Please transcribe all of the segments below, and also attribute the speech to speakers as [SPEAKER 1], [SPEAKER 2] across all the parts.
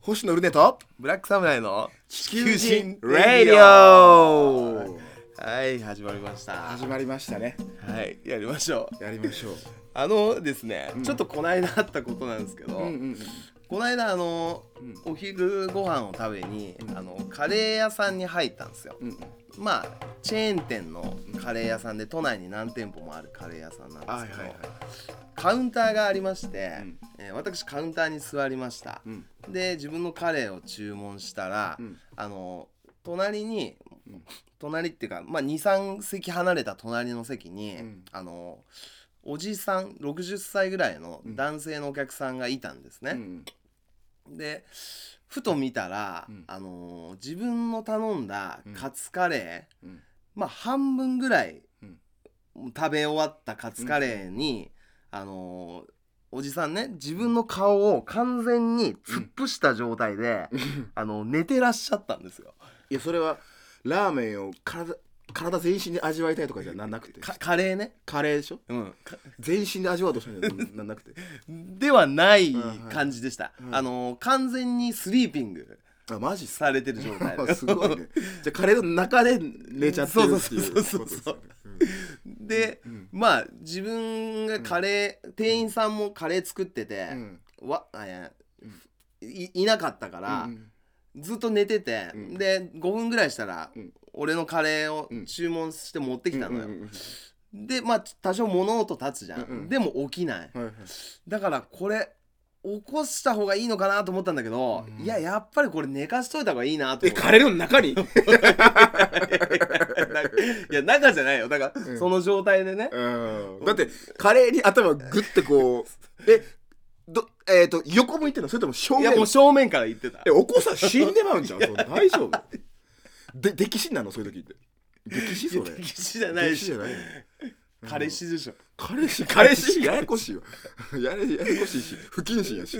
[SPEAKER 1] 星野ルネと
[SPEAKER 2] ブラックサムライの
[SPEAKER 1] 地
[SPEAKER 2] 求人
[SPEAKER 1] レ
[SPEAKER 2] レ
[SPEAKER 1] イ
[SPEAKER 2] イ
[SPEAKER 1] デ
[SPEAKER 2] デ
[SPEAKER 1] ィ
[SPEAKER 2] ィ
[SPEAKER 1] オ
[SPEAKER 2] オはい始まりましたは
[SPEAKER 1] 始まりましたね
[SPEAKER 2] いやりましょう
[SPEAKER 1] やりましょう
[SPEAKER 2] あのですね、
[SPEAKER 1] うん
[SPEAKER 2] ちょっとこの間あったことなんですけど、
[SPEAKER 1] うんうん
[SPEAKER 2] この間あの
[SPEAKER 1] うん
[SPEAKER 2] お昼ご飯を食べに、
[SPEAKER 1] うん
[SPEAKER 2] あのカレー屋さんに入ったんですよ
[SPEAKER 1] うんうん
[SPEAKER 2] まあチェーン店のカレー屋さんで都内に何店舗もあるカレー屋さんなんですけど、
[SPEAKER 1] はいはいはい
[SPEAKER 2] カウンターがありまして、
[SPEAKER 1] うん
[SPEAKER 2] えー私カウンターに座りました、
[SPEAKER 1] うん
[SPEAKER 2] で自分のカレーを注文したら、
[SPEAKER 1] うん
[SPEAKER 2] あの隣に、
[SPEAKER 1] うん
[SPEAKER 2] 隣っていうか、まあ、23席離れた隣の席に、
[SPEAKER 1] うん
[SPEAKER 2] あのおじさん60歳ぐらいの男性のお客さんがいたんです
[SPEAKER 1] う
[SPEAKER 2] ね、
[SPEAKER 1] ん
[SPEAKER 2] でふと見たら、
[SPEAKER 1] うん
[SPEAKER 2] あの自分の頼んだカツカレー、
[SPEAKER 1] うん
[SPEAKER 2] まあ半分ぐらい
[SPEAKER 1] うん
[SPEAKER 2] 食べ終わったカツカレーに、あのーおじさんね自分の顔を完全に突っ伏した状態で、あの寝てらっしゃったんですよ
[SPEAKER 1] いやそれはラーメンを体体全身で味わいたいとかじゃななくて
[SPEAKER 2] かカレーね、
[SPEAKER 1] カレーでしょ
[SPEAKER 2] うん、か
[SPEAKER 1] 全身で味わおうとしたんじゃなななくて
[SPEAKER 2] ではない
[SPEAKER 1] うんはい
[SPEAKER 2] 感じでした、
[SPEAKER 1] うん
[SPEAKER 2] あのー完全にスリーピング
[SPEAKER 1] あマジ っす
[SPEAKER 2] されてる状態
[SPEAKER 1] かすごいねじゃあカレーの中で寝ちゃってるっていうことです
[SPEAKER 2] そうそうそうそうそ
[SPEAKER 1] よね
[SPEAKER 2] う
[SPEAKER 1] うん
[SPEAKER 2] で、
[SPEAKER 1] うん
[SPEAKER 2] まあ自分がカレー、店員さんもカレー作ってて、
[SPEAKER 1] うん
[SPEAKER 2] わあいやいいなかったから、
[SPEAKER 1] うん
[SPEAKER 2] ずっと寝てて、
[SPEAKER 1] うん
[SPEAKER 2] で5分ぐらいしたら、
[SPEAKER 1] うん
[SPEAKER 2] 俺のカレーを
[SPEAKER 1] うん
[SPEAKER 2] 注文して持ってきたのよ、
[SPEAKER 1] うんうんうん
[SPEAKER 2] でまあ多少物音立つじゃん、
[SPEAKER 1] うんうん
[SPEAKER 2] でも起きない
[SPEAKER 1] はいはい
[SPEAKER 2] だからこれ起こした方がいいのかなと思ったんだけど、
[SPEAKER 1] うん
[SPEAKER 2] いややっぱりこれ寝かしといた方がいいなと
[SPEAKER 1] え
[SPEAKER 2] 思って
[SPEAKER 1] カレーの中に
[SPEAKER 2] いや中じゃないよだから、
[SPEAKER 1] うん
[SPEAKER 2] その状態でね、
[SPEAKER 1] うんだってカレーに頭グッてこ うえどえっ、と横向いてんのそれとも正
[SPEAKER 2] いや
[SPEAKER 1] 面
[SPEAKER 2] もう正面から言ってた
[SPEAKER 1] えお子さん死んでまうんじゃんそれ大丈夫で溺死になるのそういう時って溺死それ
[SPEAKER 2] 歴史じゃない
[SPEAKER 1] 溺死じ
[SPEAKER 2] し
[SPEAKER 1] ゃないの
[SPEAKER 2] 彼氏でしょ
[SPEAKER 1] 彼氏彼氏ややこしいわややややこしいし不謹慎やし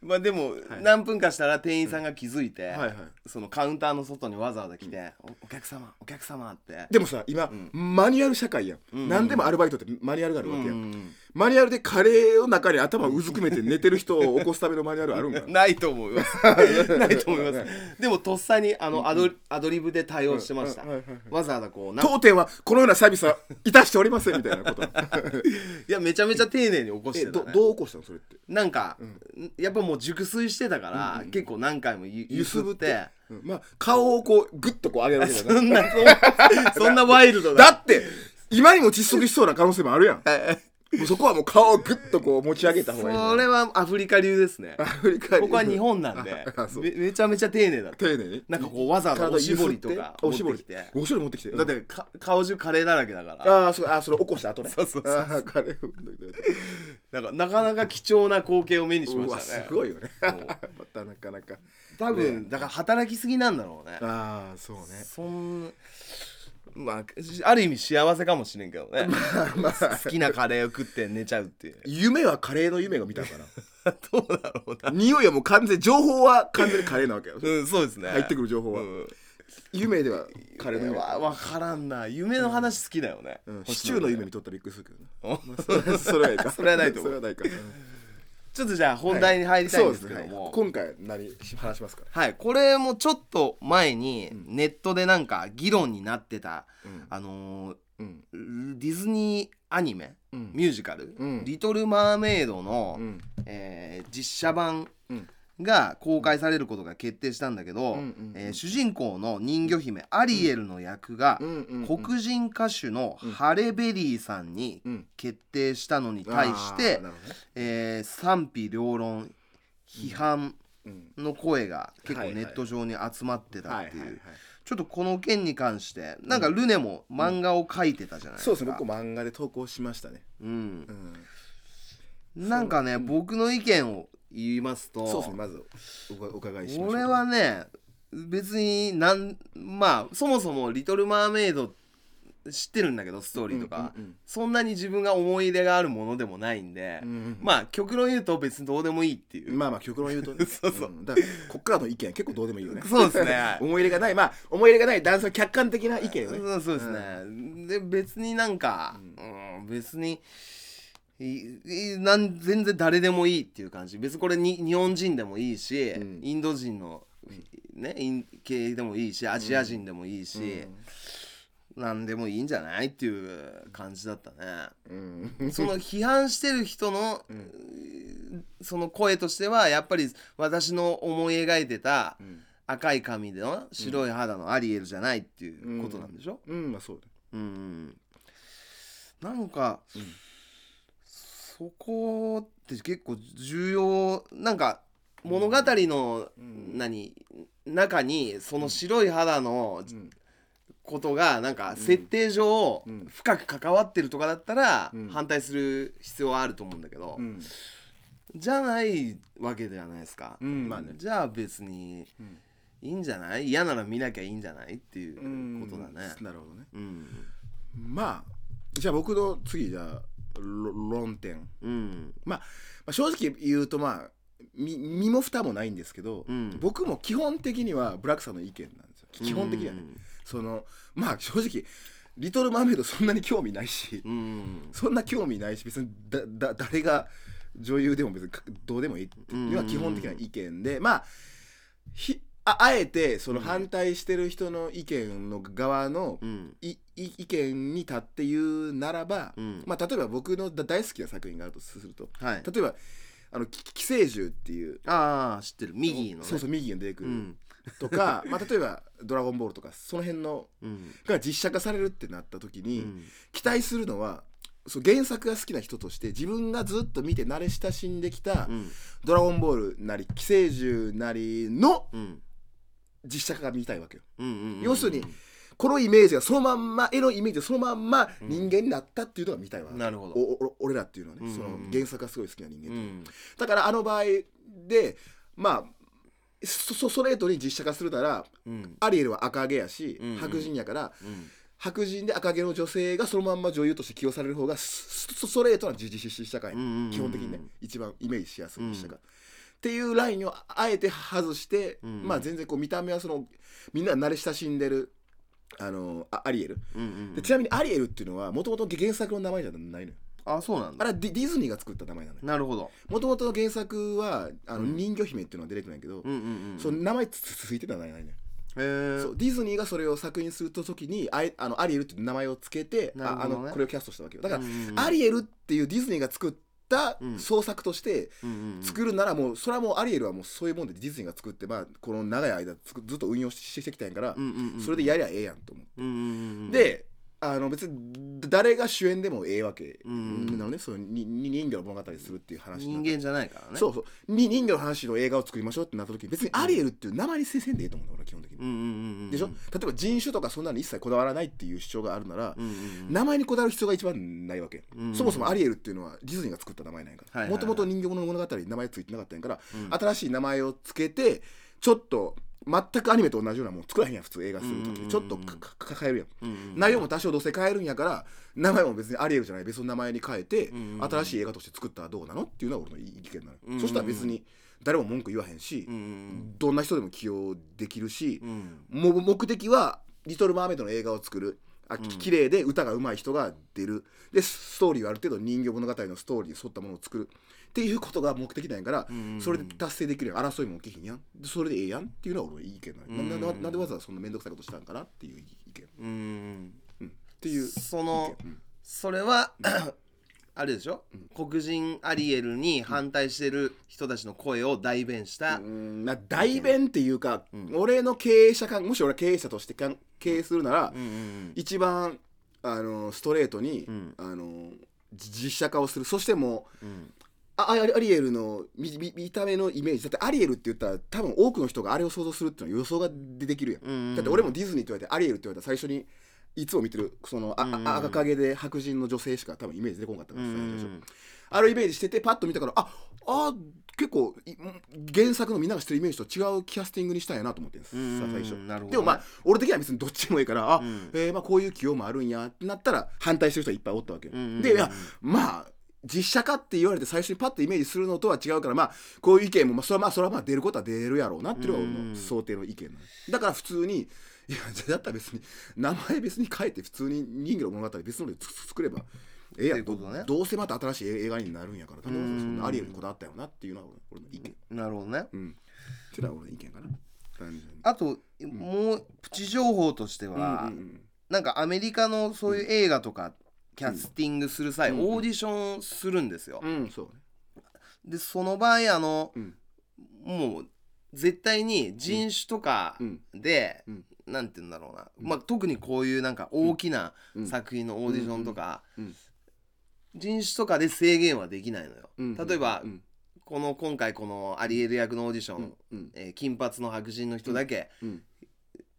[SPEAKER 2] まあでも、
[SPEAKER 1] はい
[SPEAKER 2] 何分かしたら店員さんが気づいて、
[SPEAKER 1] はいはい
[SPEAKER 2] そのカウンターの外にわざわざ来て「おお客様お客様」って。
[SPEAKER 1] でもさ今、マニュアル社会やん、
[SPEAKER 2] んうん
[SPEAKER 1] 何でもアルバイトってマニュアルがあるわけやん、
[SPEAKER 2] うん
[SPEAKER 1] マニュアルでカレーの中に頭をうずくめて寝てる人を起こすためのマニュアルあるんかな
[SPEAKER 2] ないと思います。 ないと思います。でもとっさにあのアド,、アドリブで対応してました。
[SPEAKER 1] うんはいはいは
[SPEAKER 2] わざわざこうなん
[SPEAKER 1] 当店はこのようなサービスはいたしておりませんみ たいなこと
[SPEAKER 2] いやめちゃめちゃ丁寧に起こして
[SPEAKER 1] え
[SPEAKER 2] た、
[SPEAKER 1] ど
[SPEAKER 2] ね。
[SPEAKER 1] どう起こしたのそれって
[SPEAKER 2] なんか、やっぱもう熟睡してたから、結構何回もゆゆ
[SPEAKER 1] ゆ
[SPEAKER 2] す
[SPEAKER 1] すぶ
[SPEAKER 2] ぶっ
[SPEAKER 1] ってて。、うんまあ顔をこうグッとこう上げるわけじゃない
[SPEAKER 2] そんな そんそんなワイルドな。
[SPEAKER 1] だって今にも窒息しそうな可能性もあるやんもうそこはもう顔をグッとこう持ち上げた方がいい
[SPEAKER 2] それはアフリカ流ですね。
[SPEAKER 1] アフリカに
[SPEAKER 2] ここは日本なんで
[SPEAKER 1] あそう
[SPEAKER 2] めめちゃめちゃ丁寧だった。
[SPEAKER 1] 丁寧に
[SPEAKER 2] なんかこうわざわざおしぼりとか
[SPEAKER 1] おしぼり
[SPEAKER 2] 持ってきて
[SPEAKER 1] おしぼり持ってきて
[SPEAKER 2] だってか顔中カレーだらけだから
[SPEAKER 1] ああそうあーそれ起こした後ね
[SPEAKER 2] そうそうそう
[SPEAKER 1] あーカレーを
[SPEAKER 2] なんかなかなか貴重な光景を目にしま
[SPEAKER 1] うわ
[SPEAKER 2] した
[SPEAKER 1] す
[SPEAKER 2] ね
[SPEAKER 1] ごいよね
[SPEAKER 2] う
[SPEAKER 1] またなかなか
[SPEAKER 2] 多分だから働きすぎなんだろうね
[SPEAKER 1] ああそうね
[SPEAKER 2] そんまあしある意味幸せかもしれんけど ね、好きなカレーを食って寝ちゃうっていう
[SPEAKER 1] 夢はカレーの夢が見たのかな
[SPEAKER 2] どうだろう な、
[SPEAKER 1] 匂いはもう完全情報は完全にカレーなわけよ
[SPEAKER 2] うん、そうですね
[SPEAKER 1] 入ってくる情報は
[SPEAKER 2] うん
[SPEAKER 1] 夢ではカレーの夢
[SPEAKER 2] わ分からんな夢の話好きだよね、
[SPEAKER 1] うんシチューの夢見とったらびっくりするけどね
[SPEAKER 2] お
[SPEAKER 1] まあそれはそれはいいか
[SPEAKER 2] それはないと思
[SPEAKER 1] そうれはないか
[SPEAKER 2] ちょっとじゃあ本題に入りたい
[SPEAKER 1] そ
[SPEAKER 2] ん
[SPEAKER 1] う
[SPEAKER 2] で
[SPEAKER 1] です
[SPEAKER 2] け
[SPEAKER 1] す
[SPEAKER 2] ど
[SPEAKER 1] ね
[SPEAKER 2] も、
[SPEAKER 1] はい今回何話しますか
[SPEAKER 2] はい、これもちょっと前にネットでなんか議論になってた、
[SPEAKER 1] うん
[SPEAKER 2] あのー
[SPEAKER 1] うん
[SPEAKER 2] ディズニーアニメ、
[SPEAKER 1] うん
[SPEAKER 2] ミュージカル「
[SPEAKER 1] うん
[SPEAKER 2] リトル・マーメイドの」
[SPEAKER 1] うん
[SPEAKER 2] えー実写版
[SPEAKER 1] うん
[SPEAKER 2] が公開されることが決定したんだけど、
[SPEAKER 1] うんうん
[SPEAKER 2] えー主人公の人魚姫アリエルの役が、
[SPEAKER 1] うんうん
[SPEAKER 2] 黒人歌手のハレベリーさんに
[SPEAKER 1] うん
[SPEAKER 2] 決定したのに対して、
[SPEAKER 1] あーなるほどね
[SPEAKER 2] えー賛否両論批判、
[SPEAKER 1] うん
[SPEAKER 2] の声が結構
[SPEAKER 1] はいは
[SPEAKER 2] ネ
[SPEAKER 1] い
[SPEAKER 2] ット上に集まってた
[SPEAKER 1] はい
[SPEAKER 2] っ
[SPEAKER 1] は
[SPEAKER 2] て
[SPEAKER 1] い
[SPEAKER 2] い
[SPEAKER 1] はいう
[SPEAKER 2] ちょっとこの件に関してなんかルネも漫画を描いてたじゃないですか、
[SPEAKER 1] そうですね僕も漫画で投稿しましたね
[SPEAKER 2] うん
[SPEAKER 1] う、ん
[SPEAKER 2] なんかね僕の意見を言いますと
[SPEAKER 1] そうですねまずおお伺いしましょう
[SPEAKER 2] 俺はね別になんまあそもそも「リトル・マーメイド」知ってるんだけどストーリーとか、
[SPEAKER 1] うんうんうん
[SPEAKER 2] そんなに自分が思い入れがあるものでもないんで、
[SPEAKER 1] うんうん
[SPEAKER 2] まあ極論言うと別にどうでもいいっていう、
[SPEAKER 1] まあまあ極論言 うとね
[SPEAKER 2] そうそうん
[SPEAKER 1] だからこっからの意見結構どうでもいいよね
[SPEAKER 2] そうですね
[SPEAKER 1] 思い入れがないまあ思い入れがない男性の客観的な意見よね
[SPEAKER 2] そうそうですね、で別になんか、うん別にいいなん全然誰でもいいっていう感じ別にこれに日本人でもいいし、
[SPEAKER 1] うん
[SPEAKER 2] インド人の、ね、イン系でもいいしアジア人でもいいし、何でもいいんじゃないっていう感じだったね。
[SPEAKER 1] うん
[SPEAKER 2] その批判してる人の、その声としてはやっぱり私の思い描いてた
[SPEAKER 1] うん
[SPEAKER 2] 赤い髪の白い肌のアリエルじゃないっていうことなんでしょ、
[SPEAKER 1] うんまあそうだ
[SPEAKER 2] うんなんか、
[SPEAKER 1] うん
[SPEAKER 2] そこって結構重要なんか物語の、
[SPEAKER 1] うん
[SPEAKER 2] 何中にその白い肌の
[SPEAKER 1] うん
[SPEAKER 2] ことがなんか設定上
[SPEAKER 1] うん
[SPEAKER 2] 深く関わってるとかだったら
[SPEAKER 1] うん
[SPEAKER 2] 反対する必要はあると思うんだけど、
[SPEAKER 1] うん
[SPEAKER 2] じゃないわけではないですか、
[SPEAKER 1] うんまあね
[SPEAKER 2] じゃあ別に
[SPEAKER 1] うん
[SPEAKER 2] いいんじゃない嫌なら見なきゃいいんじゃないっていうことだね。
[SPEAKER 1] なるほどね
[SPEAKER 2] うん、
[SPEAKER 1] まあじゃあ僕の次じゃあろ論点
[SPEAKER 2] うん
[SPEAKER 1] まあ、まあ正直言うとまあみ身も蓋もないんですけど、
[SPEAKER 2] うん
[SPEAKER 1] 僕も基本的にはブラックさんの意見なんですよ基本的にはね、そのまあ正直「リトル・マーメイド」そんなに興味ないし、
[SPEAKER 2] うんうん
[SPEAKER 1] そんな興味ないし別にだだ誰が女優でも別にかどうでもいいっていうのは基本的な意見で、まあひああえてその反対してる人の意見の側の
[SPEAKER 2] うん
[SPEAKER 1] いい意見に立って言うならば、
[SPEAKER 2] うん
[SPEAKER 1] まあ、例えば僕のだ大好きな作品があるとすると
[SPEAKER 2] はい
[SPEAKER 1] 例えば「あのき寄生獣」っていう
[SPEAKER 2] ああ知ってるミギーの、ね、
[SPEAKER 1] そうそううミギーが出てく
[SPEAKER 2] う
[SPEAKER 1] る
[SPEAKER 2] ん
[SPEAKER 1] とか、まあ、例えば「ドラゴンボール」とかその辺の
[SPEAKER 2] うん
[SPEAKER 1] が実写化されるってなった時
[SPEAKER 2] う
[SPEAKER 1] に、
[SPEAKER 2] ん
[SPEAKER 1] 期待するのはそう原作が好きな人として自分がずっと見て慣れ親しんできた
[SPEAKER 2] う
[SPEAKER 1] 「
[SPEAKER 2] ん
[SPEAKER 1] ドラゴンボール」なり「寄生獣」なりの
[SPEAKER 2] うん
[SPEAKER 1] 実写化が見たいわけよ。
[SPEAKER 2] うんうん
[SPEAKER 1] 要するにこのイメージがそのまんま絵のイメージがそのまんま人間になったっていうのが見たいわけ、
[SPEAKER 2] なるほど
[SPEAKER 1] おお俺らっていうのはね、
[SPEAKER 2] うんうん
[SPEAKER 1] そ
[SPEAKER 2] うん
[SPEAKER 1] の原作がすごい好きな人間
[SPEAKER 2] う
[SPEAKER 1] と、
[SPEAKER 2] ん
[SPEAKER 1] だからあの場合でまあそそストレートに実写化するなら
[SPEAKER 2] うん
[SPEAKER 1] アリエルは赤毛やし、
[SPEAKER 2] うんうん
[SPEAKER 1] 白人やから
[SPEAKER 2] うん
[SPEAKER 1] 白人で赤毛の女性がそのまんま女優として起用される方がススストレートな自治実社会、
[SPEAKER 2] うんうんうん
[SPEAKER 1] 基本的にね一番イメージしやすい実社
[SPEAKER 2] うん
[SPEAKER 1] 会、っていうラインをあえて外して、
[SPEAKER 2] うん
[SPEAKER 1] まあ全然こう見た目はそのみんな慣れ親しんでるあのあアリエル、
[SPEAKER 2] うんうん
[SPEAKER 1] でちなみにアリエルっていうのはもともと原作の名前じゃないのよ
[SPEAKER 2] あそうなん
[SPEAKER 1] あ
[SPEAKER 2] だ
[SPEAKER 1] れはディディズニーが作った名前なのよ
[SPEAKER 2] なるほど
[SPEAKER 1] もともとの原作はあの
[SPEAKER 2] うん
[SPEAKER 1] 人魚姫っていうのは出てくるんだけど、
[SPEAKER 2] うんうんうん
[SPEAKER 1] その名前つつついてたのはないのよ
[SPEAKER 2] へえ
[SPEAKER 1] そうディズニーがそれを作品するときにあいあのアリエルっていう名前をつけて、
[SPEAKER 2] なる
[SPEAKER 1] ああ
[SPEAKER 2] ほどね
[SPEAKER 1] のこれをキャストしたわけよだから、
[SPEAKER 2] うんうん
[SPEAKER 1] アリエルっていうディズニーが作った
[SPEAKER 2] うん
[SPEAKER 1] 創作として
[SPEAKER 2] うんうんうん
[SPEAKER 1] 作るならもうそれはもうアリエルはもうそういうもんでディズニーが作って、まあ、この長い間つくずっと運用ししてきたんやから、
[SPEAKER 2] うんうんうん
[SPEAKER 1] それでやりゃええやんと思って、
[SPEAKER 2] うんうんうん
[SPEAKER 1] であの別に誰が主演でもええわけ
[SPEAKER 2] う
[SPEAKER 1] なんのね、そのにに人魚の物語するっていう話に
[SPEAKER 2] 人
[SPEAKER 1] なって
[SPEAKER 2] 間じゃないからね
[SPEAKER 1] そうそうに人魚の話の映画を作りましょうってなった時に別にアリエルっていう名前にせせんでええと思うの俺は基本的に。
[SPEAKER 2] うんうんうんうん
[SPEAKER 1] でしょ例えば人種とかそんなの一切こだわらないっていう主張があるなら、
[SPEAKER 2] うんうんうん
[SPEAKER 1] 名前にこだわる必要が一番ないわけ、
[SPEAKER 2] うん
[SPEAKER 1] そもそもアリエルっていうのはディズニーが作った名前なんやか
[SPEAKER 2] はい
[SPEAKER 1] ら
[SPEAKER 2] はいは
[SPEAKER 1] も
[SPEAKER 2] い
[SPEAKER 1] ともと人形の物語に名前ついてなかったんやから、
[SPEAKER 2] うん
[SPEAKER 1] 新しい名前をつけてちょっと全くアニメと同じようなもん作らへんやん普通映画する
[SPEAKER 2] うんうん
[SPEAKER 1] 時
[SPEAKER 2] うん
[SPEAKER 1] ちょっとかかか変えるやん、
[SPEAKER 2] うんうん
[SPEAKER 1] 内容も多少どうせ変えるんやから名前も別にアリエルじゃない別の名前に変えて、
[SPEAKER 2] んうんうん
[SPEAKER 1] 新しい映画として作ったらどうなのっていうのは俺の意見なのよ、
[SPEAKER 2] うんうん
[SPEAKER 1] そしたら別に誰も文句言わへんし、
[SPEAKER 2] うんうん
[SPEAKER 1] どんな人でも起用できるし、
[SPEAKER 2] うん
[SPEAKER 1] も目的は「リトル・マーメイド」の映画を作るあき綺麗で歌が上手い人が出るでストーリーはある程度人形物語のストーリーに沿ったものを作るっていうことが目的なんやから、
[SPEAKER 2] うん
[SPEAKER 1] それで達成できるやん争いも起きひんやんでそれでええやんっていうのは俺の意見なのよ、
[SPEAKER 2] うん
[SPEAKER 1] なななんでわざわざそんな面倒くさいことしたんかなっていう意見、
[SPEAKER 2] うんうん
[SPEAKER 1] うん、っていう
[SPEAKER 2] その
[SPEAKER 1] 意見うん
[SPEAKER 2] それは あれでしょ、黒人アリエルに反対してる人たちの声を代弁した、
[SPEAKER 1] うんな代弁っていうか、俺の経営者感もし俺は経営者としてかん経営するなら、
[SPEAKER 2] うんうん
[SPEAKER 1] 一番あのストレートに、
[SPEAKER 2] ん
[SPEAKER 1] あのじ実写化をするそしてもう
[SPEAKER 2] うん
[SPEAKER 1] ああアリエルの見見見た目のイメージだってアリエルって言ったら多分多くの人があれを想像するっていうのは予想がでできるやん、
[SPEAKER 2] うんうん
[SPEAKER 1] だって俺もディズニーって言われてアリエルって言われたら最初にいつも見てるそのあ、
[SPEAKER 2] うんうん
[SPEAKER 1] あ赤影で白人の女性しか多分イメージでこなかったか
[SPEAKER 2] うん
[SPEAKER 1] ら
[SPEAKER 2] う
[SPEAKER 1] さ、
[SPEAKER 2] ん
[SPEAKER 1] あれをイメージしててパッと見たからああ結構い原作のみんなが知ってるイメージと違うキャスティングにしたんやなと思ってるんです、
[SPEAKER 2] うん
[SPEAKER 1] さ最初、
[SPEAKER 2] なるほどね
[SPEAKER 1] でもまあ俺的には別にどっちでもいいからあ、
[SPEAKER 2] うん
[SPEAKER 1] えーまあ、こういう起用もあるんやってなったら反対してる人はいっぱいおったわけよ、
[SPEAKER 2] うんうんうん
[SPEAKER 1] でいやまあ実写化って言われて最初にパッとイメージするのとは違うからまあこういう意見もまあそれはまあそれはまあ出ることは出るやろうなっていうのが俺の想定の意見なのだから普通にいやじゃあだったら別に名前別に変えて普通に人魚の物語別ので作ればええやん
[SPEAKER 2] っていうことだね
[SPEAKER 1] どうせまた新しい映画になるんやから高橋さ
[SPEAKER 2] うん
[SPEAKER 1] んそんなアリエルにこだわったよなっていうのは俺俺の意見
[SPEAKER 2] なるほどね
[SPEAKER 1] うんっていうのは俺の意見かな単純に
[SPEAKER 2] あと、もうプチ情報としては、
[SPEAKER 1] うんうんうん
[SPEAKER 2] なんかアメリカのそういう映画とかキャスティングする際、
[SPEAKER 1] うん
[SPEAKER 2] オーディションするんですよ、
[SPEAKER 1] うんそうね
[SPEAKER 2] でその場合あの
[SPEAKER 1] うん
[SPEAKER 2] もう絶対に人種とか
[SPEAKER 1] うん
[SPEAKER 2] で、
[SPEAKER 1] うん
[SPEAKER 2] なんて言うんだろうな、
[SPEAKER 1] うん
[SPEAKER 2] まあ、特にこういうなんか大きな
[SPEAKER 1] うん
[SPEAKER 2] 作品のオーディションとか、
[SPEAKER 1] うんうん
[SPEAKER 2] 人種とかで制限はできないのよ、
[SPEAKER 1] うん
[SPEAKER 2] 例えば、
[SPEAKER 1] うん
[SPEAKER 2] この今回このアリエル役のオーディション、
[SPEAKER 1] うんうん
[SPEAKER 2] えー金髪の白人の人だけ
[SPEAKER 1] うん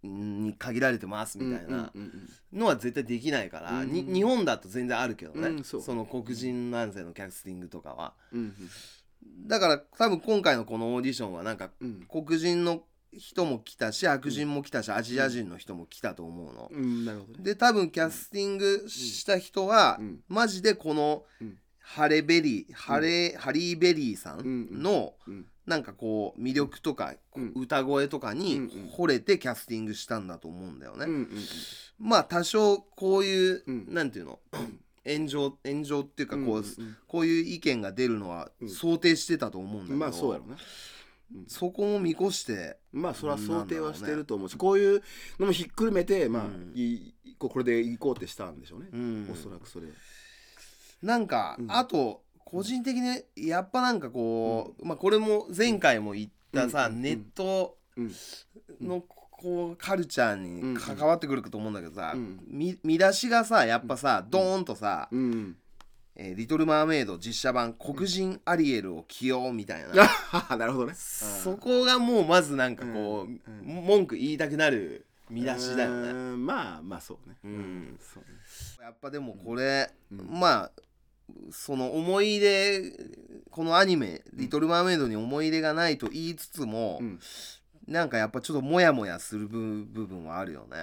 [SPEAKER 2] に限られてますみたいな
[SPEAKER 1] うんうん
[SPEAKER 2] のは絶対できないから、
[SPEAKER 1] うん
[SPEAKER 2] に日本だと全然あるけどね、
[SPEAKER 1] うんそう
[SPEAKER 2] の黒人男性のキャスティングとかは
[SPEAKER 1] うん
[SPEAKER 2] だから多分今回のこのオーディションはなんか
[SPEAKER 1] うん
[SPEAKER 2] 黒人の人も来たし白人も来たしアジア人の人も来たと思うの
[SPEAKER 1] う、んなるほどね
[SPEAKER 2] で多分キャスティングした人は、
[SPEAKER 1] うん
[SPEAKER 2] マジでこの
[SPEAKER 1] うん
[SPEAKER 2] ハレベリーハレ、ハリーベリーさんの
[SPEAKER 1] うん
[SPEAKER 2] なんかこう魅力とか
[SPEAKER 1] うん
[SPEAKER 2] 歌声とかに
[SPEAKER 1] うんうん
[SPEAKER 2] 惚れてキャスティングしたんだと思うんだよね。
[SPEAKER 1] うんうん
[SPEAKER 2] まあ多少こういう、
[SPEAKER 1] うん
[SPEAKER 2] なんて いうの炎上炎上っていうか
[SPEAKER 1] うん
[SPEAKER 2] こう、
[SPEAKER 1] うん
[SPEAKER 2] こういう意見が出るのは
[SPEAKER 1] うん
[SPEAKER 2] 想定してたと思うんだけど、
[SPEAKER 1] まあそうやろな
[SPEAKER 2] そこも見越して
[SPEAKER 1] まあそれは想定はしてると思うしこういうのもひっくるめてまあ
[SPEAKER 2] うん
[SPEAKER 1] いいこうこれで行こうってしたんでしょうね
[SPEAKER 2] うん
[SPEAKER 1] おそらくそれは
[SPEAKER 2] なんか、
[SPEAKER 1] うん
[SPEAKER 2] あと個人的にやっぱなんかこう、まあこれも前回も言ったさ、
[SPEAKER 1] うんうんうん
[SPEAKER 2] ネット
[SPEAKER 1] うん
[SPEAKER 2] のこうカルチャーに関わってくると思うんだけどさ、
[SPEAKER 1] うん
[SPEAKER 2] み見出しがさやっぱさ、ドーンとさ
[SPEAKER 1] うん
[SPEAKER 2] 「えーリトル・マーメイド」実写版黒人アリエルを起用みたいな、
[SPEAKER 1] なるほどね
[SPEAKER 2] そこがもうまずなんかこう、
[SPEAKER 1] うん
[SPEAKER 2] 文句言いたくなる見出しだよね。
[SPEAKER 1] ねまあまあそうね
[SPEAKER 2] うん
[SPEAKER 1] そうね
[SPEAKER 2] やっぱでもこれ、
[SPEAKER 1] うん
[SPEAKER 2] まあその思い入れこのアニメ「リトル・マーメイド」に思い入れがないと言いつつも、
[SPEAKER 1] うん
[SPEAKER 2] なんかやっぱちょっとモヤモヤする部部分はあるよね。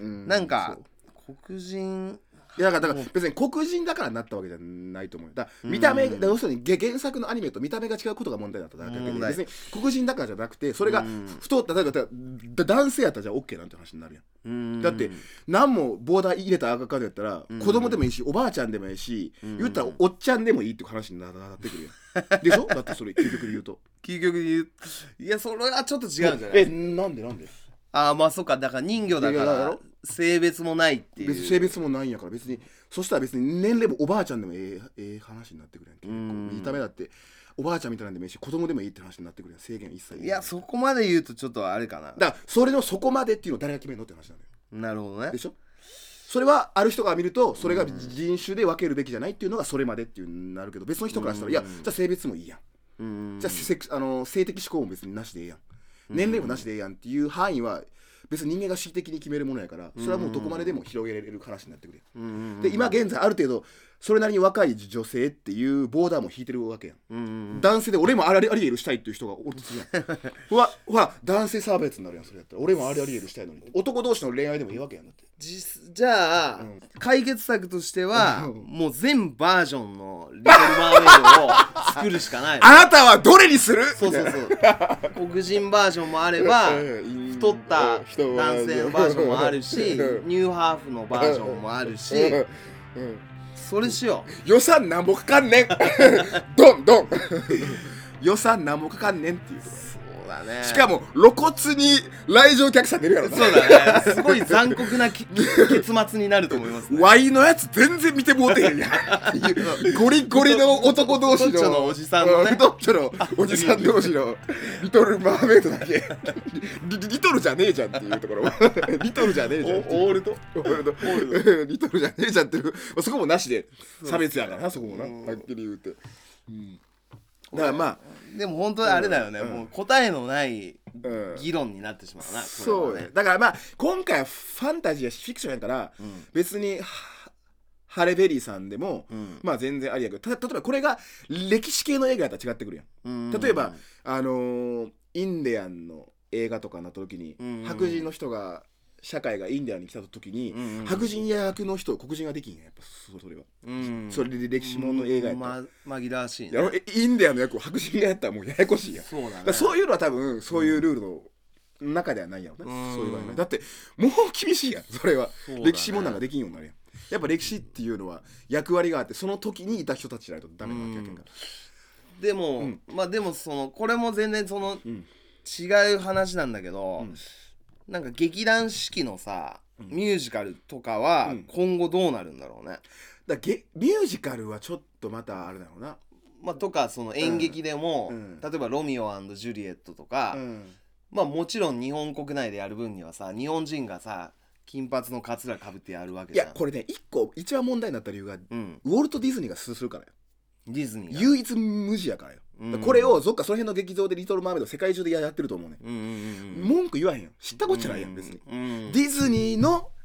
[SPEAKER 1] うん
[SPEAKER 2] なんか
[SPEAKER 1] そう
[SPEAKER 2] 黒人
[SPEAKER 1] いやだからだから別に黒人だからなったわけじゃないと思うよだから見た目
[SPEAKER 2] う
[SPEAKER 1] だ
[SPEAKER 2] ん
[SPEAKER 1] から要するにげ原作のアニメと見た目が違うことが問題だっただけで
[SPEAKER 2] 問題
[SPEAKER 1] 別に黒人だからじゃなくてそれ
[SPEAKER 2] う
[SPEAKER 1] が
[SPEAKER 2] ん
[SPEAKER 1] ふと例えばだだ男性やったらじゃあ OK なんて話になるやん
[SPEAKER 2] うん
[SPEAKER 1] だって何もボーダー入れた赤カードやったら
[SPEAKER 2] うん
[SPEAKER 1] 子供でもいいしおばあちゃんでもいいし
[SPEAKER 2] うん
[SPEAKER 1] 言ったらおっちゃんでもいいって話にななってくるやんでしょだってそれ究極で言うと
[SPEAKER 2] 究極に言ういやそれはちょっと違うんじゃない
[SPEAKER 1] えなんでなんで
[SPEAKER 2] ああまあそっかだから人魚だか
[SPEAKER 1] 人魚だ
[SPEAKER 2] ら
[SPEAKER 1] ろ
[SPEAKER 2] 性別もないっていう
[SPEAKER 1] 別に性別もないんやから別にそしたら別に年齢もおばあちゃんでもええええ話になってくるやん結
[SPEAKER 2] うん
[SPEAKER 1] 構見た目だっておばあちゃんみたいなんでもいいし子供でもいいって話になってくるやん制限一切ない
[SPEAKER 2] いやそこまで言うとちょっとあれかな
[SPEAKER 1] だからそれのそこまでっていうのを誰が決めるのって話なのよ
[SPEAKER 2] なるほどね
[SPEAKER 1] でしょそれはある人が見るとそれが人種で分けるべきじゃないっていうのがそれまでっていうなるけど別の人からしたらいやじゃあ性別もいいやん
[SPEAKER 2] うん
[SPEAKER 1] じゃあセクあの性的指向も別になしでええやん年齢もなしでええやんっていう範囲は別に人間が恣意的に決めるものやからそれはもうどこまででも広げられる話になってくるやん
[SPEAKER 2] うん
[SPEAKER 1] で今現在ある程度それなりに若い女性っていうボーダーも引いてるわけやん、
[SPEAKER 2] うんうん
[SPEAKER 1] 男性で俺もアリアリエルしたいっていう人がおるとする やんうわうわ男性差別になるやんそれやったら俺もアリアリエルしたいのに男同士の恋愛でもいいわけやんだって
[SPEAKER 2] じじゃあ、
[SPEAKER 1] うん
[SPEAKER 2] 解決策としては、
[SPEAKER 1] うん
[SPEAKER 2] もう全バージョンの「リトル・マーメイド」を作るしかないの
[SPEAKER 1] あなたはどれにする
[SPEAKER 2] そうそうそう黒人バージョンもあれば
[SPEAKER 1] うん
[SPEAKER 2] 太った
[SPEAKER 1] うん
[SPEAKER 2] 男性のバージョンもあるしニ
[SPEAKER 1] うん
[SPEAKER 2] ューハーフのバージョンもあるし
[SPEAKER 1] うんうん
[SPEAKER 2] それしよ
[SPEAKER 1] 予算なんぼかか んねんドンドン予算なんぼかかんねんっていうとこ
[SPEAKER 2] うそうだね
[SPEAKER 1] しかも露骨に来場客さん出るやろな
[SPEAKER 2] そうだねすごい残酷なき 結末になると思いますね
[SPEAKER 1] ワイのやつ全然見てもうてへんやんっていうゴリゴリの男同士の
[SPEAKER 2] 太っちょのおじさんのね
[SPEAKER 1] 太っちょのおじさん同士のリトルマーメイドだけリリトルじゃねえじゃんっていうとこ ろリトルじゃねえじゃんっていう
[SPEAKER 2] オールド
[SPEAKER 1] オールドうんリトルじゃねえじゃんっていうまあそこもなしで差別やからなそこもな
[SPEAKER 2] うん
[SPEAKER 1] はっきり言うて、うん、だからまあ、
[SPEAKER 2] でも本当にあれだよね、
[SPEAKER 1] うん
[SPEAKER 2] もう答えのない
[SPEAKER 1] うん、
[SPEAKER 2] 議論になってしまうな、これはね、
[SPEAKER 1] そうねだからまあ今回はファンタジーやしフィクションやから、
[SPEAKER 2] ん
[SPEAKER 1] 別にはハレベリーさんでも、
[SPEAKER 2] ん
[SPEAKER 1] まあ全然ありやけどた例えばこれが歴史系の映画やったら違ってくるやん、
[SPEAKER 2] うん
[SPEAKER 1] 例えばあのーインディアンの映画とかになった時に、
[SPEAKER 2] うん
[SPEAKER 1] 白人の人が社会がインディアンに来た時に、
[SPEAKER 2] うん
[SPEAKER 1] 白人役の人を黒人ができんやんやっぱそそれは、
[SPEAKER 2] うん
[SPEAKER 1] それで歴史ものの映画やったら、
[SPEAKER 2] ま、紛らわしいね
[SPEAKER 1] やろえインディアンの役を白人がやったらもうややこしいやん
[SPEAKER 2] そうだ
[SPEAKER 1] だか
[SPEAKER 2] ね
[SPEAKER 1] らそういうのは多分そういうルールの中ではないやろね、
[SPEAKER 2] うん
[SPEAKER 1] そういう場合はねだってもう厳しいやんそれは
[SPEAKER 2] そうだね
[SPEAKER 1] 歴史もなんかできんようになるやんやっぱ歴史っていうのは役割があってその時にいた人たちじゃないとダメなわけやけんか
[SPEAKER 2] でも、
[SPEAKER 1] うん
[SPEAKER 2] まあでもそのこれも全然その
[SPEAKER 1] うん
[SPEAKER 2] 違う話なんだけど、
[SPEAKER 1] うん
[SPEAKER 2] なんか劇団四季のさ、
[SPEAKER 1] うん
[SPEAKER 2] ミュージカルとかは
[SPEAKER 1] うん
[SPEAKER 2] 今後どうなるんだろうね、
[SPEAKER 1] だからゲミュージカルはちょっとまたあれだろうな
[SPEAKER 2] まあ、とかその演劇でも、
[SPEAKER 1] うん
[SPEAKER 2] 例えば「ロミオジュリエット」とか、
[SPEAKER 1] うん
[SPEAKER 2] まあもちろん日本国内でやる分にはさ日本人がさ金髪のカツラかぶってやるわけ
[SPEAKER 1] い
[SPEAKER 2] じゃん
[SPEAKER 1] やこれね一個一番問題になった理由が
[SPEAKER 2] うん、
[SPEAKER 1] ウォルト・ディズニーがすするからよ
[SPEAKER 2] ディズニーが
[SPEAKER 1] 唯一無二やからよ、
[SPEAKER 2] うん
[SPEAKER 1] これをそっかその辺の劇場で「リトル・マーメイド」世界中でやってると思うね、
[SPEAKER 2] うんうんうん
[SPEAKER 1] 文句言わへんよ知ったこっちゃないやん別に、
[SPEAKER 2] うん
[SPEAKER 1] ディズニーの「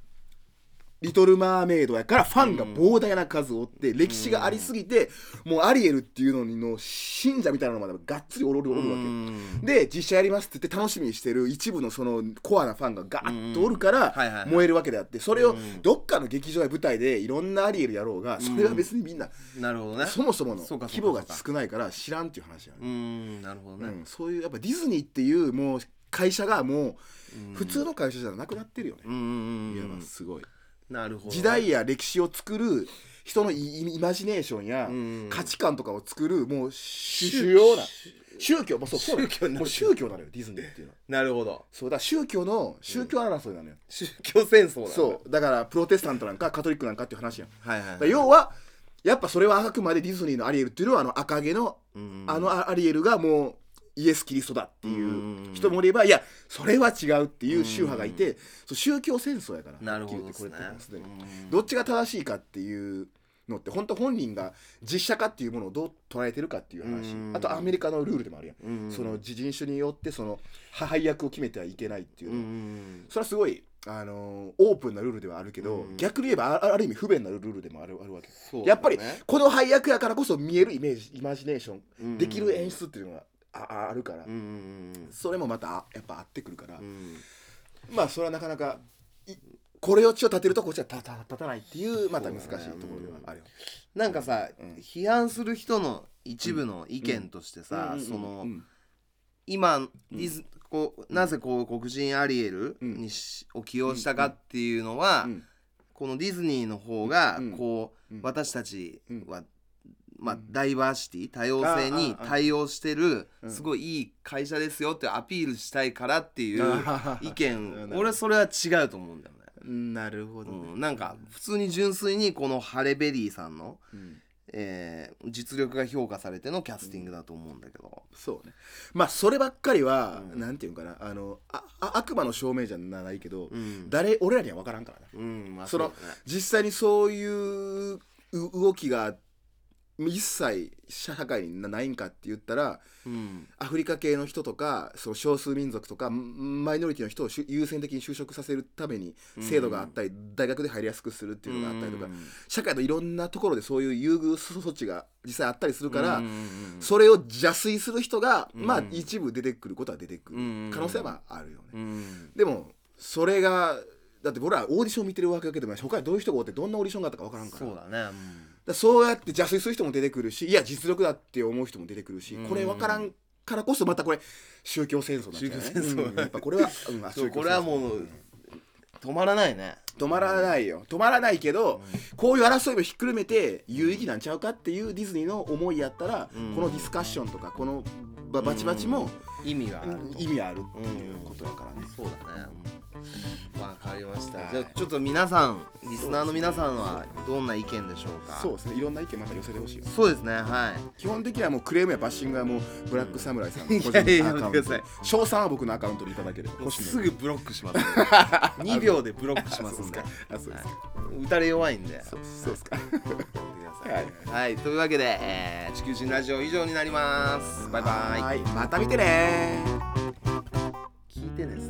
[SPEAKER 1] リトル・マーメイド」やからファンが膨大な数おって、歴史がありすぎてもうアリエルっていうのにの信者みたいなのまでがっつりおるおるわけ、
[SPEAKER 2] うん
[SPEAKER 1] で実写やりますって言って楽しみにしてる一部のそのコアなファンがガーッとおるか
[SPEAKER 2] うんはいはいは
[SPEAKER 1] ら
[SPEAKER 2] い
[SPEAKER 1] 燃えるわけであってそれ
[SPEAKER 2] う
[SPEAKER 1] を
[SPEAKER 2] ん
[SPEAKER 1] どっかの劇場や舞台でいろんなアリエルやろうがそれは別にみんな
[SPEAKER 2] なるほどね
[SPEAKER 1] そもそもの
[SPEAKER 2] そうかそ
[SPEAKER 1] 規
[SPEAKER 2] うかそう
[SPEAKER 1] 模
[SPEAKER 2] か
[SPEAKER 1] が少ないから知らんっていう話や
[SPEAKER 2] う
[SPEAKER 1] ね、
[SPEAKER 2] んなるほど
[SPEAKER 1] う
[SPEAKER 2] ね、
[SPEAKER 1] ん、そういうやっぱディズニーっていうもう会社がも
[SPEAKER 2] うん
[SPEAKER 1] う普通の会社じゃなくなってるよね
[SPEAKER 2] う、んうん
[SPEAKER 1] いや
[SPEAKER 2] うん
[SPEAKER 1] まあすごい
[SPEAKER 2] なるほど
[SPEAKER 1] 時代や歴史を作る人のイイマジネーションや
[SPEAKER 2] うん
[SPEAKER 1] 価値観とかを作るもう主要な宗教もそうそう
[SPEAKER 2] 宗教になる
[SPEAKER 1] もう宗教なのよディズニーっていうのは。
[SPEAKER 2] なるほど
[SPEAKER 1] そうだから宗教の宗教争いなのよ、
[SPEAKER 2] 宗教戦争だ
[SPEAKER 1] そうだからプロテスタントなんかカトリックなんかっていう話やんだか
[SPEAKER 2] はいはい
[SPEAKER 1] ら要はやっぱそれはあくまでディズニーのアリエルっていうのはあの赤毛の
[SPEAKER 2] うん
[SPEAKER 1] あのアリエルがもうイエス・キリストだっていう人もいればいやそれは違うっていう宗派がいてそう宗教戦争やから
[SPEAKER 2] なるほど
[SPEAKER 1] は
[SPEAKER 2] で
[SPEAKER 1] っき
[SPEAKER 2] す
[SPEAKER 1] り
[SPEAKER 2] ね
[SPEAKER 1] 言ってこれってもうすでに
[SPEAKER 2] うん
[SPEAKER 1] どっちが正しいかっていうのって本当本人が実写化っていうものをどう捉えてるかっていう話
[SPEAKER 2] うん
[SPEAKER 1] あとアメリカのルールでもあるやん
[SPEAKER 2] うん
[SPEAKER 1] その自人種によってその配役を決めてはいけないっていううんの
[SPEAKER 2] うん
[SPEAKER 1] はそれはすごい、あのーオープンなルールではあるけど、
[SPEAKER 2] うん
[SPEAKER 1] 逆に言えばあある意味不便なルールでもあるあるわけ、
[SPEAKER 2] そうだね
[SPEAKER 1] やっぱりこの配役やからこそ見えるイメージイマジネーション、
[SPEAKER 2] うん
[SPEAKER 1] できる演出っていうのがあああるから、
[SPEAKER 2] うんうん
[SPEAKER 1] それもまたあやっぱ合ってくるから、
[SPEAKER 2] うんうん
[SPEAKER 1] まあそれはなかなかいこれを地を立てるとこっちは立た立たないっていうまた難しいところではあるよ。
[SPEAKER 2] なんかさ、
[SPEAKER 1] うん
[SPEAKER 2] 批判する人の一部の意見としてさ、
[SPEAKER 1] うんうんうん
[SPEAKER 2] その、
[SPEAKER 1] うん
[SPEAKER 2] 今、ディズこうなぜこう黒人アリエルにし、を起用したかっていうのは、
[SPEAKER 1] うん
[SPEAKER 2] このディズニーの方が
[SPEAKER 1] うん
[SPEAKER 2] こう、
[SPEAKER 1] うん
[SPEAKER 2] 私たちは、まあ
[SPEAKER 1] う、ん
[SPEAKER 2] ダイバーシティ多様性に
[SPEAKER 1] あああ
[SPEAKER 2] 対応してる
[SPEAKER 1] うん
[SPEAKER 2] すごいいい会社ですよってアピールしたいからっていう
[SPEAKER 1] あー
[SPEAKER 2] 意見
[SPEAKER 1] うん
[SPEAKER 2] 俺それは違うと思うんだよね。
[SPEAKER 1] なるほどね、
[SPEAKER 2] うん、なんか普通に純粋にこのハレベリーさんの、
[SPEAKER 1] うん
[SPEAKER 2] えー実力が評価されてのキャスティングだと思うんだけど、
[SPEAKER 1] そうねまあそればっかりは、
[SPEAKER 2] うん
[SPEAKER 1] なんていうのかなあのああ悪魔の証明じゃないけど、
[SPEAKER 2] うん
[SPEAKER 1] 誰俺らには分からんからな
[SPEAKER 2] うんまあ
[SPEAKER 1] その
[SPEAKER 2] うだね
[SPEAKER 1] 実際にそういうう動きが一切社会になないんかって言ったら
[SPEAKER 2] うん
[SPEAKER 1] アフリカ系の人とかその少数民族とかんマイノリティの人をしゅ優先的に就職させるために制度があったり、大学で入りやすくするっていうのがあったりとか、
[SPEAKER 2] うん
[SPEAKER 1] 社会のいろんなところでそういう優遇措置が実際あったりするから、
[SPEAKER 2] うんうん
[SPEAKER 1] それを邪推する人が、
[SPEAKER 2] うん
[SPEAKER 1] まあ一部出てくることは出てくる
[SPEAKER 2] うん
[SPEAKER 1] 可能性はあるよね。
[SPEAKER 2] うん
[SPEAKER 1] でもそれがだって僕らオーディション見てるわけでもないし他にどういう人がおってどんなオーディションがあったか分からんから
[SPEAKER 2] そうだね、
[SPEAKER 1] だからそうやって邪推する人も出てくるしいや実力だって思う人も出てくるし
[SPEAKER 2] うん
[SPEAKER 1] これ分からんからこそまたこれ宗教戦争なんじゃない
[SPEAKER 2] 宗教戦争
[SPEAKER 1] うんやっぱこれは、うんあ
[SPEAKER 2] うん、そう
[SPEAKER 1] 宗教戦争
[SPEAKER 2] これはもうん止まらないね
[SPEAKER 1] 止まらないよ止まらないけど、こういう争いもひっくるめて有意義なんちゃうかっていうディズニーの思いやったら、
[SPEAKER 2] うん
[SPEAKER 1] このディスカッションとかこのババチバチも
[SPEAKER 2] 意味があると
[SPEAKER 1] 意味あるっていうことだからね、
[SPEAKER 2] そうだねうんわかりました、
[SPEAKER 1] はい
[SPEAKER 2] じゃあちょっと皆さんリスナーの皆さんはどんな意見でしょうか
[SPEAKER 1] そうですねいろんな意見また寄せてほしいよ
[SPEAKER 2] そうですねはい
[SPEAKER 1] 基本的にはもうクレームやバッシングはもうブラックサムライさんの個人
[SPEAKER 2] いやいや
[SPEAKER 1] のアカウ
[SPEAKER 2] やめて
[SPEAKER 1] ン
[SPEAKER 2] ください
[SPEAKER 1] ト賞賛は僕のアカウントにいただければ星野
[SPEAKER 2] すぐブロックします、2秒でブロックしますんで
[SPEAKER 1] あそうですか
[SPEAKER 2] はい打たれ弱いんで
[SPEAKER 1] そうそうですか
[SPEAKER 2] やってくださいはい、というわけで、えー地球人ラジオ以上になりますバイバイ
[SPEAKER 1] はいまた見てね
[SPEAKER 2] 聞いてね